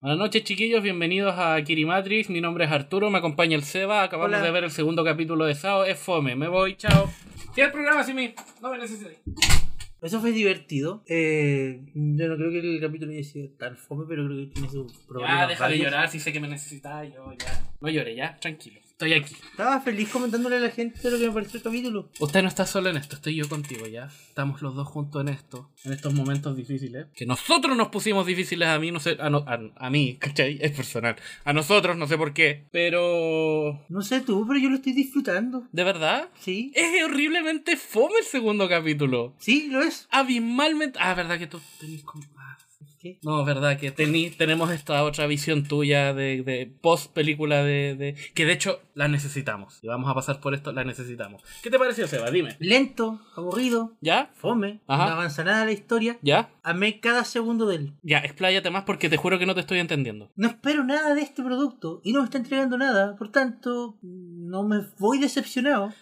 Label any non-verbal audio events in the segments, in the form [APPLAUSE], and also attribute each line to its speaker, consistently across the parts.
Speaker 1: Buenas noches, chiquillos. Bienvenidos a Kirimatrix. Mi nombre es Arturo, me acompaña el Seba. Acabamos
Speaker 2: Hola.
Speaker 1: de ver el segundo capítulo de Sao. Es fome. Me voy, chao. Tienes programa sin mí. No me necesitáis.
Speaker 2: Eso fue divertido. Eh, yo no creo que el capítulo haya sido tan fome, pero creo que tiene sus problemas.
Speaker 1: Ya, deja de
Speaker 2: varios.
Speaker 1: llorar si sé que me necesitáis. Yo ya. No lloré, ya. Tranquilo. Estoy aquí.
Speaker 2: Estaba feliz comentándole a la gente lo que me pareció el capítulo.
Speaker 1: Usted no está solo en esto, estoy yo contigo ya. Estamos los dos juntos en esto, en estos momentos difíciles. Que nosotros nos pusimos difíciles a mí, no sé, a, no- a- a mí, [LAUGHS] ¿cachai? Es personal. A nosotros, no sé por qué. Pero...
Speaker 2: No sé tú, pero yo lo estoy disfrutando.
Speaker 1: ¿De verdad?
Speaker 2: Sí,
Speaker 1: Es horriblemente fome el segundo capítulo.
Speaker 2: sí, lo es.
Speaker 1: Abismalmente... Ah, verdad que tú tenés como... ah,
Speaker 2: ¿Qué?
Speaker 1: No, verdad que tení, tenemos esta otra visión tuya de, de post película de, de- Que de hecho la necesitamos. Y vamos a pasar por esto, la necesitamos. ¿Qué te pareció, Seba? Dime.
Speaker 2: Lento, aburrido,
Speaker 1: ¿Ya?
Speaker 2: fome.
Speaker 1: Ajá.
Speaker 2: No avanza nada la historia.
Speaker 1: ¿Ya?
Speaker 2: Amé cada segundo de él.
Speaker 1: Ya, expláyate más porque te juro que no te estoy entendiendo.
Speaker 2: No espero nada de este producto y no me está entregando nada. Por tanto, no me voy decepcionado.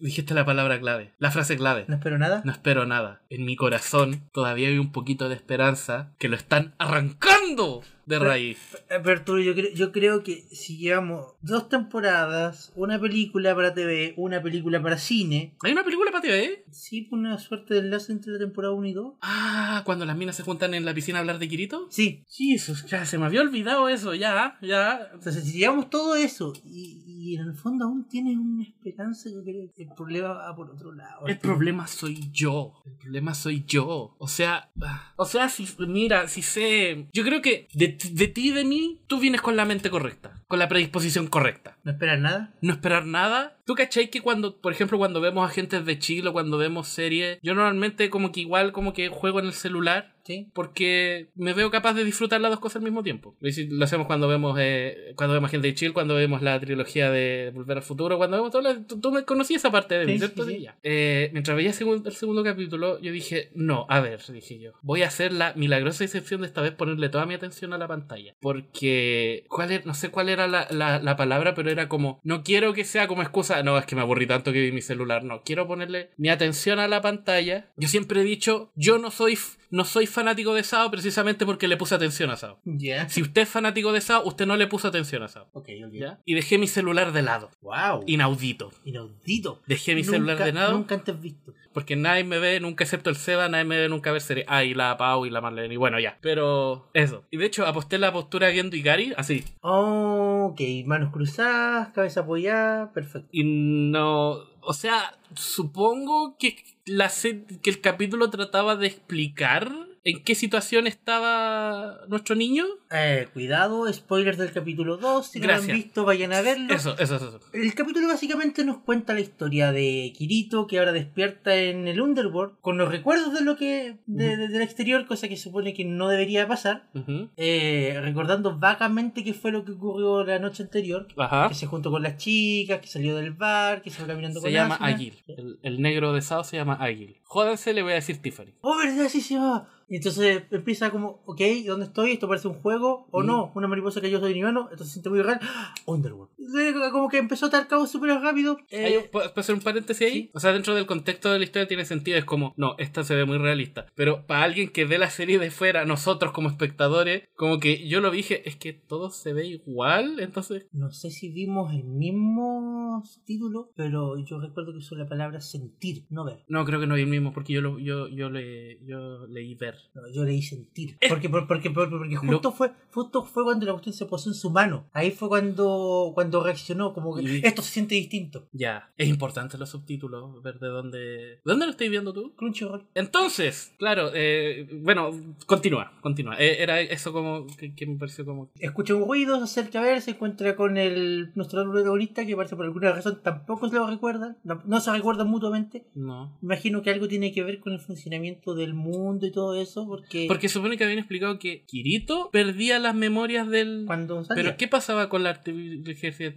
Speaker 1: dijiste la palabra clave, la frase clave.
Speaker 2: No espero nada.
Speaker 1: No espero nada. En mi corazón todavía hay un poquito de esperanza que lo están arrancando de raíz.
Speaker 2: Eh, Pero Arturo, yo creo, yo creo que si llevamos dos temporadas, una película para TV, una película para cine,
Speaker 1: ¿Hay una película para ti, eh?
Speaker 2: sí, una suerte de enlace entre la temporada 1 y 2.
Speaker 1: Ah, cuando las minas se juntan en la piscina a hablar de Kirito.
Speaker 2: Sí,
Speaker 1: Jesús, ya se me había olvidado eso, ya, ya.
Speaker 2: entonces si llevamos todo eso y, y en el fondo aún tienes una esperanza, yo creo que el problema va por otro lado.
Speaker 1: El problema soy yo. El problema soy yo. O sea, ah, o sea, si, mira, si sé. Yo creo que de, ti- de ti y de mí, tú vienes con la mente correcta, con la predisposición correcta.
Speaker 2: ¿No esperas nada?
Speaker 1: no esperar nada. ¿Tú cachai que cuando, por ejemplo, cuando vemos agentes de Chile o cuando vemos series, yo normalmente como que igual como que juego en el celular
Speaker 2: Sí.
Speaker 1: porque me veo capaz de disfrutar las dos cosas al mismo tiempo. Lo hici- Lo hacemos cuando vemos eh, cuando vemos agentes de Chile, cuando vemos la trilogía de Volver al Futuro, cuando vemos todas las- tú, tú me conocí esa parte de mí,
Speaker 2: Sí,
Speaker 1: ¿cierto?
Speaker 2: sí, sí.
Speaker 1: Sí, ya. Eh, mientras veía segun- el segundo capítulo, yo dije, no, a ver, dije yo, voy a hacer la milagrosa excepción de esta vez ponerle toda mi atención a la pantalla. Porque, ¿cuál era- no sé cuál era la, la- la palabra, pero era como, no quiero que sea como excusa, no, es que me aburrí tanto que vi mi celular, no, quiero ponerle mi atención a la pantalla. Yo siempre he dicho, yo no soy, f- no soy fanático de Sao precisamente porque le puse atención a Sao.
Speaker 2: Ya.
Speaker 1: Si usted es fanático de Sao, usted no le puso atención a Sao.
Speaker 2: Ok, ok.
Speaker 1: ¿ya? Y dejé mi celular de lado.
Speaker 2: Wow.
Speaker 1: Inaudito.
Speaker 2: Inaudito.
Speaker 1: Dejé mi
Speaker 2: Nunca-
Speaker 1: celular de lado.
Speaker 2: Nunca antes visto.
Speaker 1: Porque nadie me ve nunca, excepto el Seba, nadie me ve nunca ver series. Ah, y la Pau y la Marlene, y bueno, ya. Pero eso. Y de hecho, aposté la postura Gendo y Gary, así.
Speaker 2: Ok, manos cruzadas, cabeza apoyada, perfecto.
Speaker 1: Y no. O sea, supongo que, la se- que el capítulo trataba de explicar en qué situación estaba nuestro niño.
Speaker 2: Eh, cuidado, spoilers del capítulo 2. Si no lo
Speaker 1: Gracias.
Speaker 2: han visto, vayan a verlo.
Speaker 1: Eso, eso, eso. eso.
Speaker 2: El capítulo básicamente nos cuenta la historia de Kirito, que ahora despierta en el Underworld, con los recuerdos de lo que. de- de- del exterior, cosa que supone que no debería pasar.
Speaker 1: Ujú.
Speaker 2: eh, recordando vagamente qué fue lo que ocurrió la noche anterior.
Speaker 1: Ajá.
Speaker 2: Que se juntó con las chicas, que salió del bar, que se fue caminando
Speaker 1: Se
Speaker 2: con
Speaker 1: llama
Speaker 2: Asuna.
Speaker 1: Águil. El, el negro de Sao se llama Águil. Jódanse, le voy a decir Tiffany.
Speaker 2: ¡Oh, verdad! Sí se va. Y entonces empieza como, ok, ¿dónde estoy? ¿Esto parece un juego? ¿O
Speaker 1: Mm.
Speaker 2: no? Una mariposa que yo soy nirvana, entonces se siente muy real. ¡Ah! Underworld. Entonces, Como que empezó a dar cabo súper rápido. Eh,
Speaker 1: Hay un- ¿Puedo puedo hacer un paréntesis ahí?
Speaker 2: sí.
Speaker 1: O sea, dentro del contexto de la historia tiene sentido. Es como, no, esta se ve muy realista. Pero para alguien que ve la serie de fuera, nosotros como espectadores, como que yo lo dije, es que todo se ve igual. Entonces,
Speaker 2: No sé si vimos el mismo título, pero yo recuerdo que usó la palabra sentir, no ver.
Speaker 1: no, creo que no vi el mismo, porque yo, lo, yo, yo, le, yo leí ver.
Speaker 2: No, yo leí sentir. Porque, por- porque, por- porque
Speaker 1: Lo-
Speaker 2: justo, fue, justo fue cuando la cuestión se posó en su mano. Ahí fue cuando, cuando reaccionó, como que
Speaker 1: Y-
Speaker 2: esto se siente distinto.
Speaker 1: Ya, es importante los subtítulos, ver de dónde... ¿Dónde lo estoy viendo tú?
Speaker 2: Crunchyroll.
Speaker 1: Entonces, claro, eh, bueno, continúa, continúa. Eh, era eso como que, que me pareció como...
Speaker 2: Escucha un ruido, se acerca a ver, se encuentra con el nuestro protagonista que parece por alguna razón tampoco se lo recuerda, no, no se recuerdan mutuamente.
Speaker 1: No.
Speaker 2: Imagino que algo tiene que ver con el funcionamiento del mundo y todo eso, porque,
Speaker 1: Porque supone que habían explicado que Kirito perdía las memorias del...
Speaker 2: cuando salía.
Speaker 1: Pero ¿qué pasaba con la inteligencia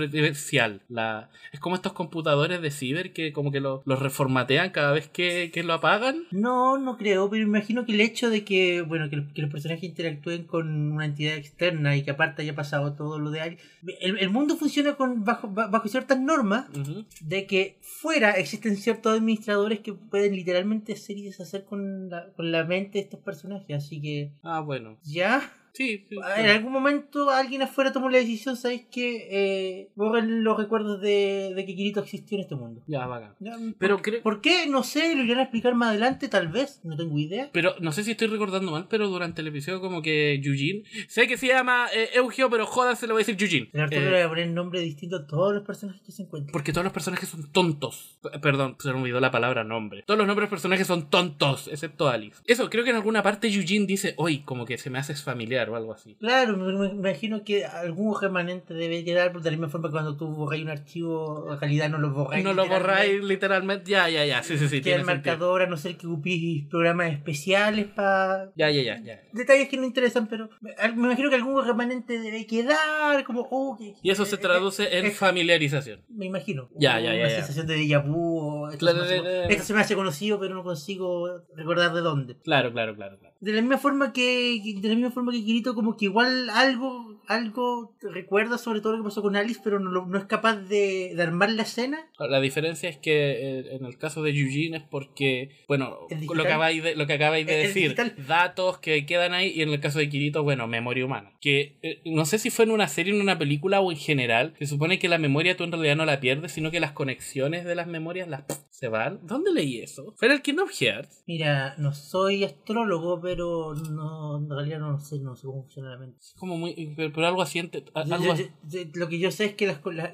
Speaker 1: artificial? La... Es como estos computadores de ciber que como que lo- los reformatean cada vez que, que lo apagan.
Speaker 2: No, no creo, pero imagino que el hecho de que, bueno, que, los- que los personajes interactúen con una entidad externa y que aparte haya pasado todo lo de Ari- El, el mundo funciona con bajo, ba- bajo ciertas normas
Speaker 1: Ujú.
Speaker 2: de que fuera existen ciertos administradores que pueden literalmente hacer y deshacer con la, con la mente de estos personajes, así que
Speaker 1: Ah, bueno.
Speaker 2: ya.
Speaker 1: Sí, sí,
Speaker 2: En
Speaker 1: sí.
Speaker 2: algún momento alguien afuera tomó la decisión, ¿sabéis que eh, borren los recuerdos de, de que Kirito existió en este mundo?
Speaker 1: Ya, bacán.
Speaker 2: Ya,
Speaker 1: Pero creo.
Speaker 2: ¿Por qué? No sé, lo irán a explicar más adelante, tal vez, no tengo idea.
Speaker 1: Pero no sé si estoy recordando mal, pero durante el episodio, como que Yujin. Sé que se llama eh, Eugeo, pero joda, se lo voy a decir Yujin.
Speaker 2: El Arturo
Speaker 1: Eh,
Speaker 2: le va a poner nombre distinto a todos los personajes que se encuentran.
Speaker 1: Porque todos los personajes son tontos. P- Perdón, se me olvidó la palabra nombre. Todos los nombres de los personajes son tontos, excepto Alice. Eso, creo que en alguna parte Eugene dice, hoy como que se me haces familiar o algo así.
Speaker 2: Claro, me, me imagino que algún remanente debe quedar, porque de la misma forma que cuando tú borráis un archivo, en realidad no lo borráis.
Speaker 1: no lo
Speaker 2: literalmente,
Speaker 1: borráis literalmente. Ya, ya, ya. Sí, sí, sí.
Speaker 2: Queda
Speaker 1: Tiene
Speaker 2: el
Speaker 1: sentido.
Speaker 2: marcador, a no ser que ocupéis programas especiales para...
Speaker 1: Ya, ya, ya, ya.
Speaker 2: Detalles que no interesan, pero me me imagino que algún remanente debe quedar, como... Oh, que-
Speaker 1: Y eso se
Speaker 2: eh,
Speaker 1: traduce en
Speaker 2: [LAUGHS] eh,
Speaker 1: familiarización.
Speaker 2: Me imagino.
Speaker 1: Ya, ya, ya,
Speaker 2: Una
Speaker 1: ya.
Speaker 2: sensación de déjà vu. o Esto,
Speaker 1: Claro,
Speaker 2: se me hace-
Speaker 1: claro, claro.
Speaker 2: esto se me hace conocido, pero no consigo recordar de dónde.
Speaker 1: Claro, claro, claro, claro.
Speaker 2: De la misma forma que que- de la misma forma que Kirito como que igual algo algo recuerda sobre todo lo que pasó con Alice, pero no, lo- no es capaz de, de armar la escena.
Speaker 1: La diferencia es que eh, en el caso de Eugene es porque, bueno,
Speaker 2: ¿Es digital?
Speaker 1: lo que acabáis de, lo que acabáis de
Speaker 2: ¿Es- es
Speaker 1: decir,
Speaker 2: digital?
Speaker 1: datos que quedan ahí, y en el caso de Kirito, bueno, memoria humana. Que eh, no sé si fue en una serie, en una película o en general, se supone que la memoria tú en realidad no la pierdes, sino que las conexiones de las memorias las se van. ¿Dónde leí eso? ¿Fue en el Kingdom Hearts?
Speaker 2: Mira, no soy astrólogo, pero no, en realidad no sé, no sé cómo funciona la mente.
Speaker 1: Es Como muy. eh, Pero, pero algo así. ente- a-
Speaker 2: Yo-
Speaker 1: algo
Speaker 2: yo- yo- lo que yo sé es que las, co- la-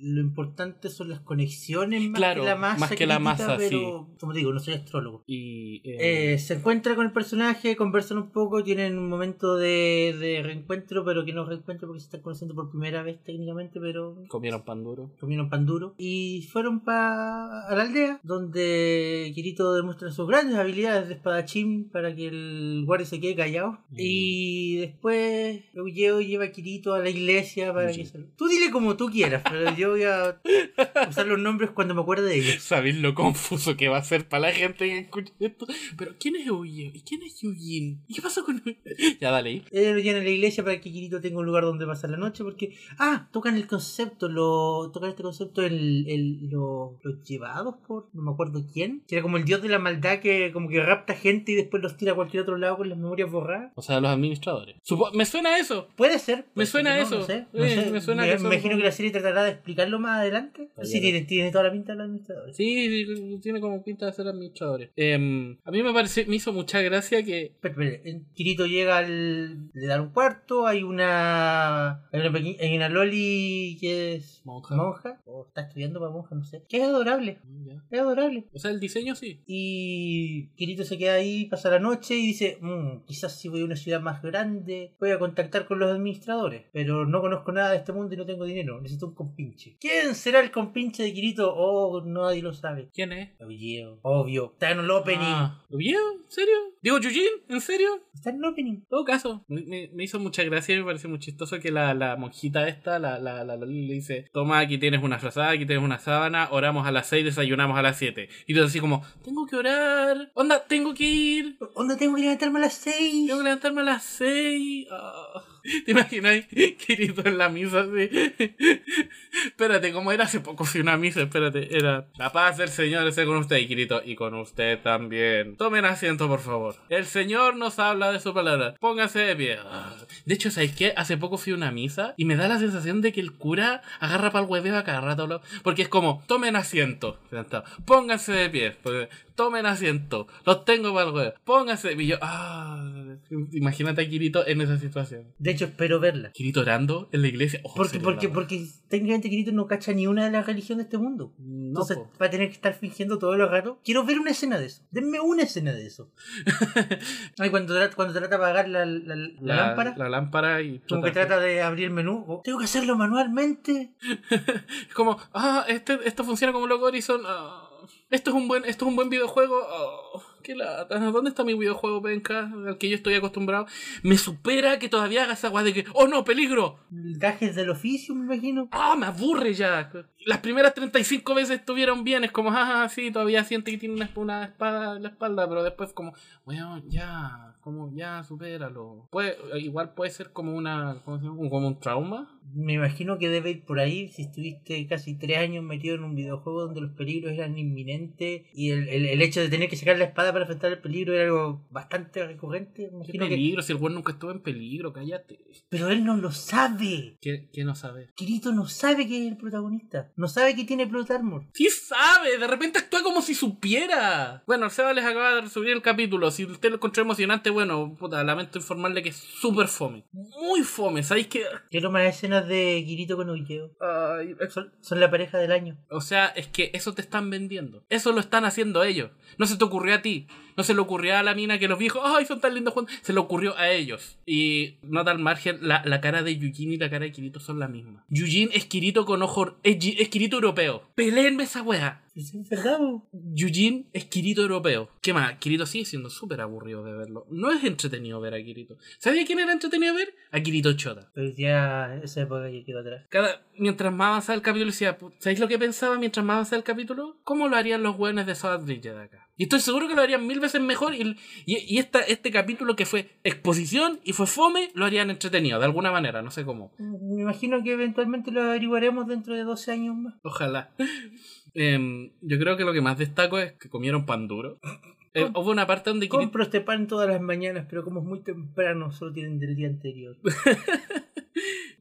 Speaker 2: lo importante son las conexiones más
Speaker 1: Claro,
Speaker 2: que la masa.
Speaker 1: más que la masa,
Speaker 2: pero, Como te digo, no soy astrólogo.
Speaker 1: Y. eh,
Speaker 2: Eh, se encuentra con el personaje, conversan un poco, tienen un momento de, de reencuentro, pero que no reencuentro porque se están conociendo por primera vez técnicamente, pero
Speaker 1: comieron pan duro.
Speaker 2: comieron pan duro. Y fueron pa a la aldea, donde Kirito demuestra sus grandes habilidades de espadachín para que el guardia se quede callado.
Speaker 1: Mm.
Speaker 2: Y después Eugeo lleva a Kirito a la iglesia para
Speaker 1: Sí.
Speaker 2: que se... Tú dile como tú quieras, pero yo voy a usar los nombres cuando me acuerde de ellos.
Speaker 1: Sabéis lo confuso que va a ser para la gente que escuche esto. Pero ¿quién es Eugeo? ¿Y quién es Eugene? ¿Y qué pasó con [LAUGHS] Ya dale. ¿y?
Speaker 2: Ellos Eh, lo llevan a la iglesia para que Kirito tenga un lugar donde pasar la noche porque... Ah, tocan el concepto, lo tocan este concepto el, el- lo- los llevados por no me acuerdo quién, que era como el dios de la maldad que como que rapta gente y después los tira a cualquier otro lado con las memorias borradas.
Speaker 1: O sea, los administradores. Supo- me suena a eso.
Speaker 2: Puede ser. puede ser
Speaker 1: suena
Speaker 2: que
Speaker 1: eso.
Speaker 2: No, sé, no
Speaker 1: Eh,
Speaker 2: sé.
Speaker 1: me suena que eso-
Speaker 2: imagino que la serie tratará de explicarlo más adelante.
Speaker 1: Está
Speaker 2: Sí,
Speaker 1: bien.
Speaker 2: tiene, tiene toda la pinta de los administradores.
Speaker 1: Sí, sí, tiene como pinta de ser administradores. Em, a mí me pareció, me hizo mucha gracia que.
Speaker 2: Espera, espera, en- Kirito llega al. le dan un cuarto, hay una. hay una, pequi- hay una Loli que es
Speaker 1: Monja.
Speaker 2: monja, o está estudiando para monja, no sé. Que es adorable,
Speaker 1: Ya.
Speaker 2: es adorable.
Speaker 1: O sea, el diseño sí.
Speaker 2: Y Kirito se queda ahí, pasa la noche y dice, "Mm, quizás si voy a una ciudad más grande, voy a contactar con los administradores, pero no conozco nada de este mundo y no tengo dinero, necesito un compinche. ¿Quién será el compinche de Kirito? Oh, nadie lo sabe.
Speaker 1: ¿Quién es?
Speaker 2: Obvio, obvio. Está en el opening.
Speaker 1: Ah, ¿Eugeo? ¿En serio? ¿Digo Eugene? ¿En serio?
Speaker 2: Está en el opening.
Speaker 1: En todo caso, me, me- me hizo mucha gracia y me pareció muy chistoso que la, la monjita esta, la, la, la, la- le dice, toma, aquí tienes una frazada, aquí tienes una sábana, oramos a las 6, desayunamos a las 7. Y tú así como, tengo que orar, onda, tengo que ir,
Speaker 2: ¿Dónde tengo que levantarme a las seis?
Speaker 1: tengo que levantarme a las 6. [LAUGHS] ¿Te imaginas Kirito en la misa así? espérate, como era hace poco fui a una misa, espérate, era, la paz del Señor esté con usted, Kirito, y con usted también. Tomen asiento, por favor. El Señor nos habla de su palabra. Póngase de pie. Ah. De hecho, ¿sabes qué? Hace poco fui a una misa y me da la sensación de que el cura agarra para el hueveo a cada rato. lo- Porque es como, tomen asiento. sentado. Pónganse de pie. porque, Tomen asiento. Los tengo para el hueveo. Pónganse. Y yo, ah. Imagínate a Kirito en esa situación.
Speaker 2: De hecho, espero verla.
Speaker 1: Kirito orando en la iglesia. Oh,
Speaker 2: Porque,
Speaker 1: sería
Speaker 2: porque,
Speaker 1: la-
Speaker 2: porque técnicamente Kirito no cacha ni una de las religiones de este mundo.
Speaker 1: No,
Speaker 2: Entonces
Speaker 1: po.
Speaker 2: va a tener que estar fingiendo todo lo rato. Quiero ver una escena de eso. Denme una escena
Speaker 1: [LAUGHS]
Speaker 2: de eso. Ay, cuando, tra- cuando trata de apagar la, la- la lámpara,
Speaker 1: La lámpara y.
Speaker 2: como que trata de abrir el menú. oh, Tengo que hacerlo manualmente.
Speaker 1: Es como, ah, este, esto funciona como Log Horizon. ah, esto, es un buen, esto es un buen videojuego. ah, qué lata. ¿Dónde está mi videojuego, penca? Al que yo estoy acostumbrado. Me supera que todavía hagas aguas de que, oh no, peligro.
Speaker 2: Gajes del oficio, me imagino.
Speaker 1: Ah, me aburre ya. Las primeras 35 veces estuvieron bien. Es como, ah, sí, todavía siente que tiene una, una espada en la espalda. Pero después, como, bueno, ya, como, ya, supéralo. Puede, igual puede ser como una, ¿cómo se llama? Como un trauma.
Speaker 2: me imagino que debe ir por ahí si estuviste casi tres años metido en un videojuego donde los peligros eran inminentes y el, el, el hecho de tener que sacar la espada para enfrentar el peligro era algo bastante recurrente. Me
Speaker 1: ¿Qué
Speaker 2: imagino que...
Speaker 1: peligro? Si el weón nunca estuvo en peligro, cállate.
Speaker 2: Pero él no lo sabe.
Speaker 1: ¿Qué, qué no sabe?
Speaker 2: Kirito no sabe que es el protagonista. No sabe que tiene plot armor.
Speaker 1: ¡Sí sabe! De repente actúa como si supiera. Bueno, el Seba les acaba de subir el capítulo. Si usted lo encontró emocionante, bueno, puta, lamento informarle que es súper fome. Muy fome. ¿Sabéis que
Speaker 2: Quiero más escenas de Kirito con Ulleo.
Speaker 1: Ay, es-
Speaker 2: Son, son la pareja del año.
Speaker 1: O sea, es que eso te están vendiendo. Eso lo están haciendo ellos. No se te ocurrió a ti. No se le ocurrió a la mina que los dijo, ¡ay, son tan lindos juntos! Se le ocurrió a ellos. Y no al margen, la, la cara de Yujin y la cara de Kirito son la misma. Yujin es Kirito con ojo. Es, Gi- es Kirito europeo. Peleenme esa wea.
Speaker 2: Es verdad, po.
Speaker 1: Yujin es Kirito europeo. ¿Qué más? Kirito sigue siendo súper aburrido de verlo. No es entretenido ver a Kirito. ¿Sabía quién era entretenido ver? A Kirito Chota.
Speaker 2: Pero ya esa época ya quedó atrás.
Speaker 1: Cada, mientras más avanzaba el capítulo, decía, "Pu- ¿sabéis lo que pensaba mientras más avanzaba el capítulo? ¿Cómo lo harían los hueones de South Bridge de acá? Y estoy seguro que lo harían mil veces mejor. Y, y, y esta, este capítulo que fue exposición y fue fome, lo harían entretenido, de alguna manera, no sé cómo.
Speaker 2: Me imagino que eventualmente lo averiguaremos dentro de 12 años más.
Speaker 1: Ojalá. [LAUGHS] Em, yo creo que lo que más destaco es que comieron pan duro. Eh, hubo una parte donde Kirito-
Speaker 2: Compro este pan todas las mañanas, pero como es muy temprano, solo tienen del día anterior.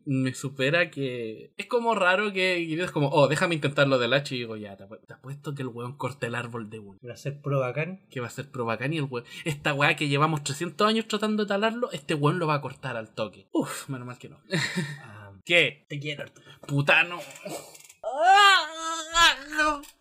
Speaker 1: me supera que. Es como raro que Kirito es como, oh, déjame intentarlo del H y digo, ya, te apu- te apuesto que el hueón corte el árbol de uno.
Speaker 2: [LAUGHS] Para hacer pro bacán.
Speaker 1: que va a ser pro bacán y el weón. Esta weá que llevamos 300 años tratando de talarlo, este weón lo va a cortar al toque. Uf, menos mal que no.
Speaker 2: Ah,
Speaker 1: ¿Qué?
Speaker 2: te quiero, Arturo.
Speaker 1: Putano.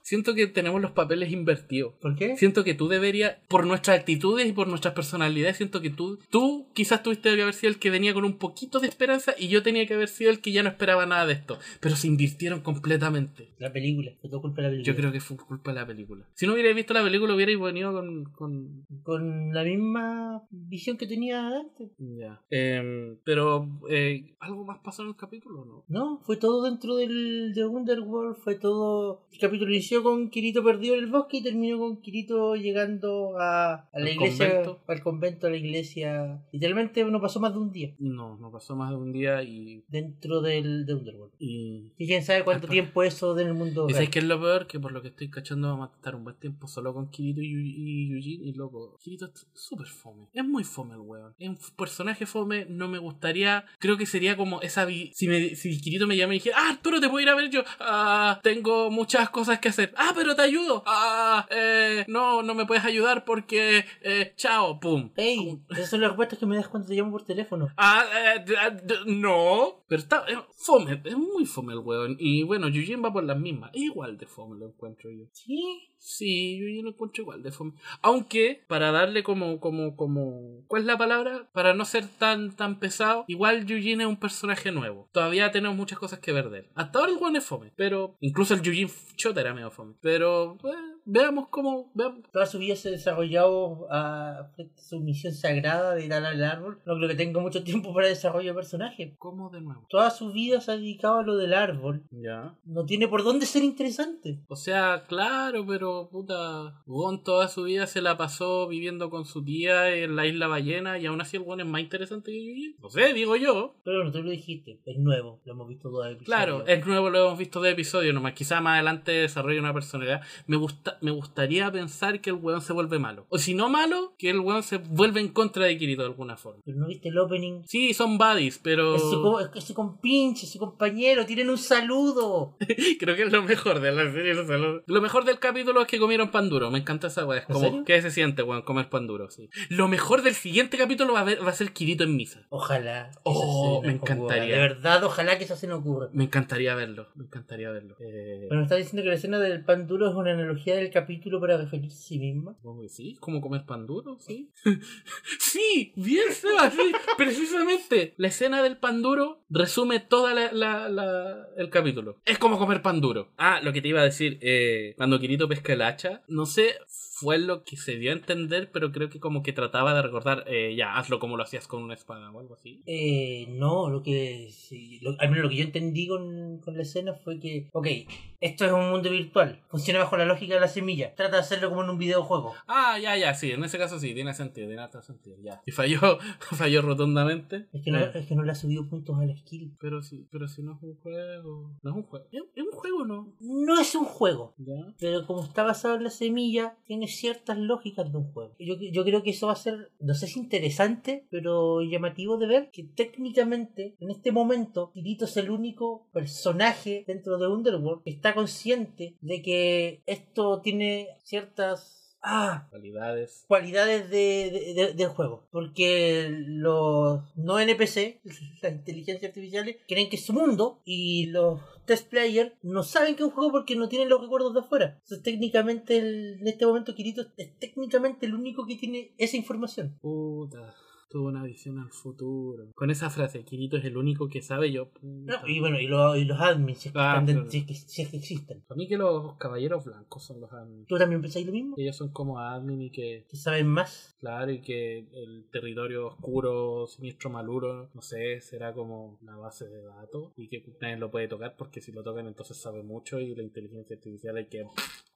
Speaker 1: Siento que tenemos los papeles invertidos.
Speaker 2: ¿Por qué?
Speaker 1: Siento que tú deberías, por nuestras actitudes y por nuestras personalidades, siento que tú, tú quizás tuviste que haber sido el que venía con un poquito de esperanza y yo tenía que haber sido el que ya no esperaba nada de esto. Pero se invirtieron completamente.
Speaker 2: La película, fue todo culpa de la película.
Speaker 1: Yo creo que fue culpa de la película. Si no hubierais visto la película, hubierais venido con- con,
Speaker 2: Con la misma visión que tenía antes.
Speaker 1: Ya. Em, pero, eh, ¿algo más pasó en el capítulo o no?
Speaker 2: No, fue todo dentro del, de Underworld, fue todo... El capítulo inició con Kirito perdido en el bosque y terminó con Kirito llegando a, a la
Speaker 1: Al
Speaker 2: iglesia,
Speaker 1: convento.
Speaker 2: al convento, a la iglesia. Literalmente no pasó más de un día
Speaker 1: No, no pasó más de un día y.
Speaker 2: dentro del de Underworld.
Speaker 1: y...
Speaker 2: Y quién sabe cuánto
Speaker 1: Apa.
Speaker 2: tiempo eso del mundo...
Speaker 1: Ah, ¿Y
Speaker 2: real.
Speaker 1: sabes qué es lo peor? Que por lo que estoy cachando vamos a estar un buen tiempo solo con Kirito y, Yu- y Yujin y loco. Kirito es súper fome. Es muy fome el weón. Es un personaje fome, no me gustaría. Creo que sería como esa... vi- Si, me, si Kirito me llama y dijera, ah, Arturo, te puedo ir a ver yo. Ah, tengo muchas cosas que hacer. Ah, pero te ayudo. Ah, eh, no, no me puedes ayudar porque... eh, chao, pum.
Speaker 2: Ey, esas son las respuestas que me das cuando te llamo por teléfono.
Speaker 1: Ah, eh, d- ah, d- no. Pero está es fome, es muy fome el weón. Y bueno, Yujin va por las mismas. Es igual de fome lo encuentro yo.
Speaker 2: Sí.
Speaker 1: Sí, Yujin lo encuentro igual de fome. Aunque, para darle como, como, como. ¿Cuál es la palabra? Para no ser tan, tan pesado, igual Yujin es un personaje nuevo. Todavía tenemos muchas cosas que ver de él. Hasta ahora el weón es fome. Pero. Incluso el Yujin Chota era medio fome. Pero. eh, veamos cómo. veamos-
Speaker 2: Toda su vida se ha desarrollado a frente a su misión sagrada de talar el árbol. No creo que tenga mucho tiempo para desarrollo de personaje.
Speaker 1: ¿Cómo de nuevo?
Speaker 2: Toda su vida se ha dedicado a lo del árbol.
Speaker 1: Ya.
Speaker 2: No tiene por dónde ser interesante.
Speaker 1: O sea, claro, pero puta, Gon toda su vida se la pasó viviendo con su tía en la isla ballena y aún así el Gon es más interesante que Yuji. No sé, digo yo.
Speaker 2: Pero bueno, tú lo dijiste. Es nuevo. Lo hemos visto dos episodios.
Speaker 1: Claro, es nuevo, lo hemos visto de episodio nomás. Quizá más adelante desarrolle una personalidad. Me, gusta, me gustaría pensar que el weón se vuelve malo. O si no malo, que el weón se vuelve en contra de Kirito de alguna forma.
Speaker 2: Pero no viste el opening.
Speaker 1: Sí, son buddies, pero
Speaker 2: Es su, co- es su compinche, su compañero. Tienen un saludo.
Speaker 1: [LAUGHS] creo que es lo mejor de la serie. o sea, lo, lo mejor del capítulo es que comieron pan duro. Me encanta esa weá. Es
Speaker 2: ¿En
Speaker 1: como,
Speaker 2: serio?
Speaker 1: ¿qué se siente, weón? Comer pan duro, sí. Lo mejor del siguiente capítulo va a, ver- va a ser Kirito en misa.
Speaker 2: Ojalá. esa
Speaker 1: Oh,
Speaker 2: escena
Speaker 1: me encantaría.
Speaker 2: ocurra. De verdad, ojalá que eso se nos ocurra.
Speaker 1: Me encantaría verlo. Me encantaría verlo. Eh,
Speaker 2: Pero me está diciendo que la escena del pan duro es una analogía del capítulo para referirse a sí misma.
Speaker 1: supongo que sí, como comer pan duro, sí. [LAUGHS] sí, bien, Seba, sí, precisamente. La escena del pan duro resume todo el capítulo. Es como comer pan duro. Ah, lo que te iba a decir, eh, cuando Kirito pesca el hacha, no sé, fue lo que se dio a entender, pero creo que como que trataba de recordar, eh, ya, hazlo como lo hacías con una espada o algo así.
Speaker 2: Eh, no, lo que. sí, lo- al menos lo que yo entendí con, con la escena fue que. Ok, esto es un mundo virtual. Funciona bajo la lógica de la semilla. Trata de hacerlo como en un videojuego.
Speaker 1: Ah, ya, ya, sí, en ese caso sí, tiene sentido, tiene harto sentido, ya. Y falló, [LAUGHS] falló rotundamente. Eh,
Speaker 2: Es que, no, es que no le ha subido puntos al skill.
Speaker 1: Pero sí, pero si no es un juego. No es un juego. Es, es un juego, ¿no?
Speaker 2: No es un juego.
Speaker 1: Ya.
Speaker 2: Pero como está basado en la semilla, tiene ciertas lógicas de un juego. Y Yo, yo creo que eso va a ser, no sé si interesante, pero llamativo de ver que técnicamente, en este momento, Kirito es el único personaje dentro de Underworld que está consciente de que esto tiene ciertas... Ah,
Speaker 1: Cualidades.
Speaker 2: cualidades de, de- de- del juego. Porque los no NPC, [LAUGHS] las inteligencias artificiales, creen que es su mundo y los test players no saben que es un juego porque no tienen los recuerdos de afuera. Entonces técnicamente el- en este momento Kirito es técnicamente el único que tiene esa información.
Speaker 1: Puta. Tuvo una visión al futuro. Con esa frase, Kirito es el único que sabe yo. puta.
Speaker 2: No, y bueno, y, lo- y los admins, si es que,
Speaker 1: Ah,
Speaker 2: están dentro-
Speaker 1: claro.
Speaker 2: si es que- si es que existen.
Speaker 1: Para mí que los caballeros blancos son los admin.
Speaker 2: ¿Tú también pensáis lo mismo?
Speaker 1: Ellos son como admin y que,
Speaker 2: ¿Que saben más?
Speaker 1: claro, y que el territorio oscuro, siniestro, maluro, no sé, será como la base de datos y que nadie lo puede tocar porque si lo tocan entonces sabe mucho y la inteligencia artificial hay que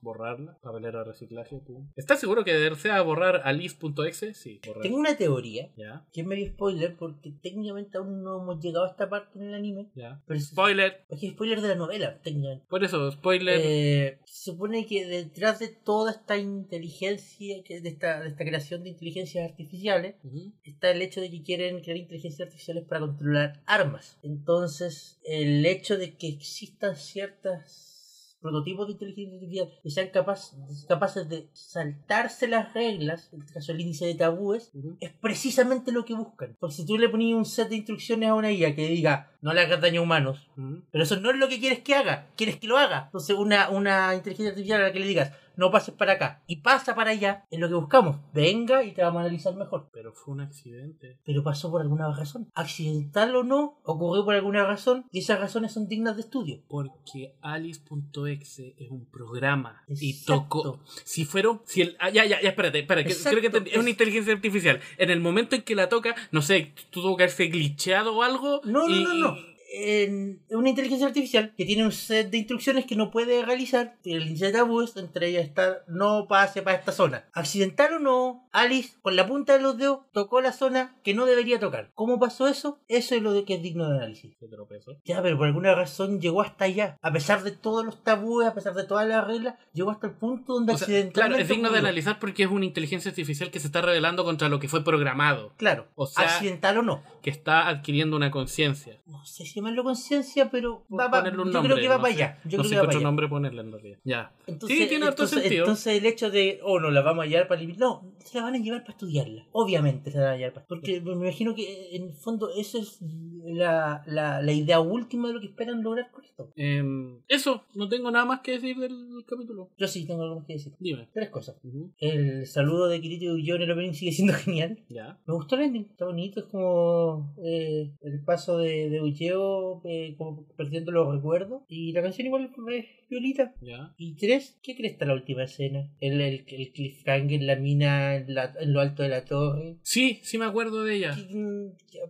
Speaker 1: borrarla. Papelera de reciclaje, pum. ¿Estás seguro que desea borrar alice.exe? Sí, borrar.
Speaker 2: Tengo una teoría
Speaker 1: Ya,
Speaker 2: que es medio spoiler porque técnicamente aún no hemos llegado a esta parte en el anime.
Speaker 1: ya.
Speaker 2: Pero es-
Speaker 1: Spoiler.
Speaker 2: Aquí hay spoiler de la novela, técnicamente.
Speaker 1: Por eso, spoiler.
Speaker 2: Eh, se supone que detrás de toda esta inteligencia, que- de esta, de esta creación de inteligencias artificiales,
Speaker 1: Ujú.
Speaker 2: está el hecho de que quieren crear inteligencias artificiales para controlar armas. Entonces, el hecho de que existan ciertos prototipos de inteligencia artificial que sean capaz- capaces de saltarse las reglas, en este caso el índice de tabúes,
Speaker 1: Ujú.
Speaker 2: es precisamente lo que buscan. Porque si tú le pones un set de instrucciones a una IA que diga no le hagas daño a humanos,
Speaker 1: Ujú.
Speaker 2: pero eso no es lo que quieres que haga, quieres que lo haga. Entonces, una, una inteligencia artificial a la que le digas, no pases para acá y pasa para allá, es lo que buscamos. Venga y te vamos a analizar mejor.
Speaker 1: Pero fue un accidente.
Speaker 2: Pero pasó por alguna razón. Accidental o no, ocurrió por alguna razón y esas razones son dignas de estudio.
Speaker 1: Porque Alice.exe es un programa y
Speaker 2: Exacto.
Speaker 1: tocó Si fueron. Si el, ah, ya, ya, ya, espérate, espérate. que-
Speaker 2: Exacto,
Speaker 1: creo que entendí. es una
Speaker 2: es-
Speaker 1: inteligencia artificial. En el momento en que la toca, no sé, tuvo que haberse glitcheado o algo.
Speaker 2: No, no,
Speaker 1: y-
Speaker 2: no, no. En- una inteligencia artificial que tiene un set de instrucciones que no puede realizar. El índice de tabúes, entre ellas está no pase para esta zona. Accidental o no, Alice con la punta de los dedos tocó la zona que no debería tocar. ¿Cómo pasó eso? Eso es lo de que es digno de análisis.
Speaker 1: Se tropezó.
Speaker 2: Ya, pero por alguna razón llegó hasta allá. A pesar de todos los tabúes, a pesar de todas las reglas, llegó hasta el punto donde
Speaker 1: O sea,
Speaker 2: accidentalmente.
Speaker 1: claro, es digno de
Speaker 2: ocurrió.
Speaker 1: analizar porque es una inteligencia artificial que se está rebelando contra lo que fue programado.
Speaker 2: Claro.
Speaker 1: O sea-
Speaker 2: accidental o no.
Speaker 1: Que está adquiriendo una conciencia.
Speaker 2: No sé si llamarlo conciencia, pero
Speaker 1: Por
Speaker 2: va, va- yo
Speaker 1: ponerle un nombre,
Speaker 2: creo que va
Speaker 1: no
Speaker 2: para
Speaker 1: sé.
Speaker 2: allá. Yo
Speaker 1: no
Speaker 2: creo
Speaker 1: sé
Speaker 2: que
Speaker 1: qué
Speaker 2: va para
Speaker 1: otro
Speaker 2: allá.
Speaker 1: nombre ponerle en realidad. Ya.
Speaker 2: Entonces,
Speaker 1: Sí, tiene harto
Speaker 2: entonces,
Speaker 1: sentido.
Speaker 2: entonces el hecho de, oh, no, la vamos a llevar para eliminar. No, se la van a llevar para estudiarla. Obviamente se la van a llevar para Porque me imagino que eh, en el fondo eso es la, la, la idea última de lo que esperan lograr con esto.
Speaker 1: Em, eso, no tengo nada más que decir del capítulo.
Speaker 2: Yo sí tengo algo que decir.
Speaker 1: Dime.
Speaker 2: Tres cosas.
Speaker 1: Ujú.
Speaker 2: El saludo de Kirito y yo en el opening sigue siendo [LAUGHS] genial.
Speaker 1: Ya.
Speaker 2: Me gustó el ending, está bonito, es como eh, el paso de, de Ulleo, eh, como perdiendo los recuerdos. Y la canción igual es violita.
Speaker 1: Ya.
Speaker 2: Y tres, ¿qué crees que está la última escena? El, el, el cliffhanger, la mina en, la- en lo alto de la torre. mm,
Speaker 1: Sí, sí me acuerdo de ella.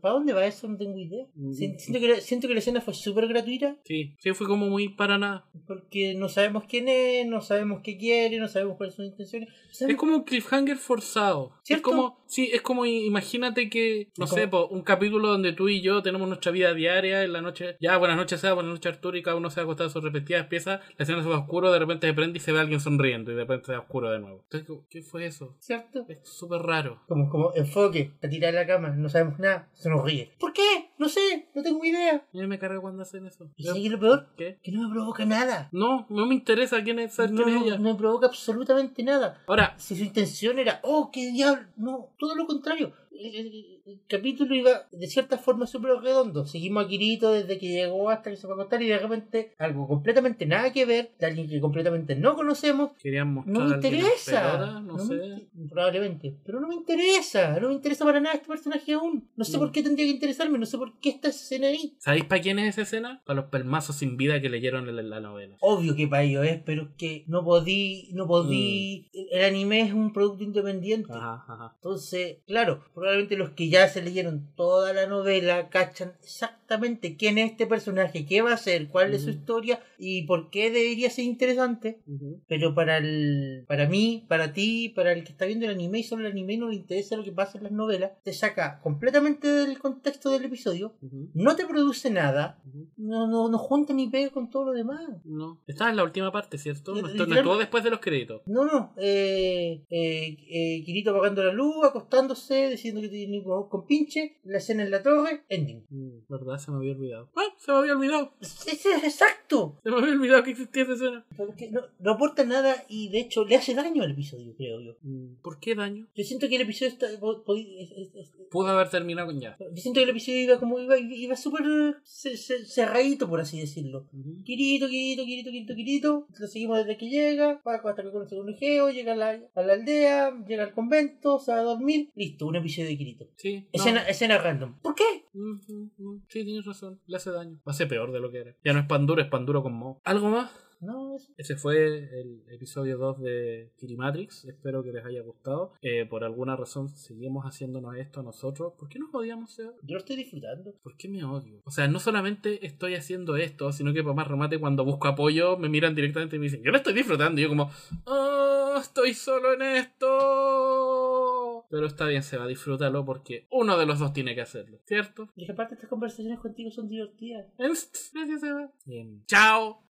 Speaker 2: ¿Para dónde va eso? No tengo idea.
Speaker 1: Ah. Mm.
Speaker 2: Si- Siento que, la- siento que la escena fue súper gratuita
Speaker 1: Sí, sí fue como muy para nada.
Speaker 2: porque no sabemos quién es, no sabemos qué quiere, no sabemos cuáles son sus intenciones. no
Speaker 1: Es
Speaker 2: sabemos-
Speaker 1: como un cliffhanger forzado. Es
Speaker 2: ¿Cierto?
Speaker 1: como, sí, es como i- imagínate que, no
Speaker 2: Es
Speaker 1: sé,
Speaker 2: como-
Speaker 1: po, un capítulo donde tú y yo tenemos nuestra vida diaria en la noche. Ya, buenas noches, sea, buenas noches, Arturo, y cada uno se ha acostado a sus respectivas piezas. La escena se va oscuro, de repente se prende y se ve a alguien sonriendo, y de repente se va oscuro de nuevo. Entonces, como, ¿qué fue eso?
Speaker 2: ¿Cierto?
Speaker 1: Es súper raro.
Speaker 2: Como, como enfoque, la tirada de la cama, no sabemos nada, se nos ríe. ¿Por qué? No sé, no tengo idea.
Speaker 1: A mí me carga cuando hacen eso.
Speaker 2: ¿Y sabes qué es lo peor?
Speaker 1: ¿Qué?
Speaker 2: Que no me provoca nada.
Speaker 1: No, no me interesa quién es,
Speaker 2: No,
Speaker 1: saber quién es ella.
Speaker 2: no me provoca absolutamente nada.
Speaker 1: Ahora,
Speaker 2: si su intención era, oh, qué diablo, no, todo lo contrario. El, el- el capítulo iba de cierta forma súper redondo. Seguimos a Kirito desde que llegó hasta que se fue a acostar y de repente algo completamente nada que ver, de alguien que completamente no conocemos.
Speaker 1: querían mostrar
Speaker 2: No me
Speaker 1: a alguien
Speaker 2: interesa.
Speaker 1: esperada, no,
Speaker 2: No
Speaker 1: sé.
Speaker 2: me inter- probablemente. Pero no me interesa. No me interesa para nada este personaje aún. No sé
Speaker 1: No.
Speaker 2: por qué tendría que interesarme. No sé por qué esta escena ahí.
Speaker 1: ¿Sabéis para quién es esa escena? Para los pelmazos sin vida que leyeron la, la novela.
Speaker 2: Obvio que para ello es, pero es que no
Speaker 1: Mm.
Speaker 2: podí, no podí. El, el anime es un producto independiente.
Speaker 1: Ajá, ajá.
Speaker 2: Entonces, claro, probablemente los que ya se leyeron toda la novela cachan exactamente quién es este personaje, qué va a hacer, cuál es su
Speaker 1: Ujú.
Speaker 2: historia y por qué debería ser interesante. Pero para el, para mí, para ti, para el que está viendo el anime y solo el anime y no le interesa lo que pasa en las novelas, te saca completamente del contexto del episodio, no te produce nada, no, no, no junta ni pega con todo lo demás.
Speaker 1: No. Estaba en la última parte, ¿cierto? No,
Speaker 2: Eh,
Speaker 1: estu- no
Speaker 2: literal-
Speaker 1: estuvo después de los créditos.
Speaker 2: No, no. Eh, eh, eh, Kirito apagando la luz, acostándose, diciendo que tiene con, con pinche, la escena en la torre, ending.
Speaker 1: ¿Verdad? Se me había olvidado. Mm. ¡Ah! Se me había olvidado.
Speaker 2: Ese es exacto.
Speaker 1: Se me había olvidado que existía esa escena.
Speaker 2: Porque no, no aporta nada y de hecho le hace daño al episodio, creo yo.
Speaker 1: ¿Por qué daño?
Speaker 2: Yo siento que el episodio está, po- po- es- es- es-
Speaker 1: Pudo haber terminado con ya.
Speaker 2: yo siento que el episodio iba como iba, iba súper eh, ce- ce- cerradito, por así decirlo. Kirito, Kirito, Kirito, Kirito, Kirito. Lo seguimos desde que llega. Paco hasta que conoce un geo, llega a la, a la aldea, llega al convento, se va a dormir. Listo, un episodio de Kirito.
Speaker 1: Sí. no.
Speaker 2: Escena, escena random. ¿Por qué?
Speaker 1: Mm, mm, mm. Sí, tienes razón. Le hace daño. Lo hace peor de lo que era. Ya no es Panduro, es Panduro con Mo. ¿Algo más?
Speaker 2: No, es-
Speaker 1: Ese fue el episodio 2 de Kirimatrix. Espero que les haya gustado. Eh, por alguna razón seguimos haciéndonos esto nosotros. ¿Por qué nos odiamos, Seba?
Speaker 2: yo lo estoy disfrutando.
Speaker 1: ¿Por qué me odio? O sea, no solamente estoy haciendo esto, sino que para más remate, cuando busco apoyo, me miran directamente y me dicen, yo lo estoy disfrutando. Y yo como, "Ah, estoy solo en esto. Pero está bien, Seba, disfrútalo porque uno de los dos tiene que hacerlo, ¿cierto?
Speaker 2: Y que aparte estas conversaciones contigo son divertidas.
Speaker 1: Gracias, Seba. Bien. Chao.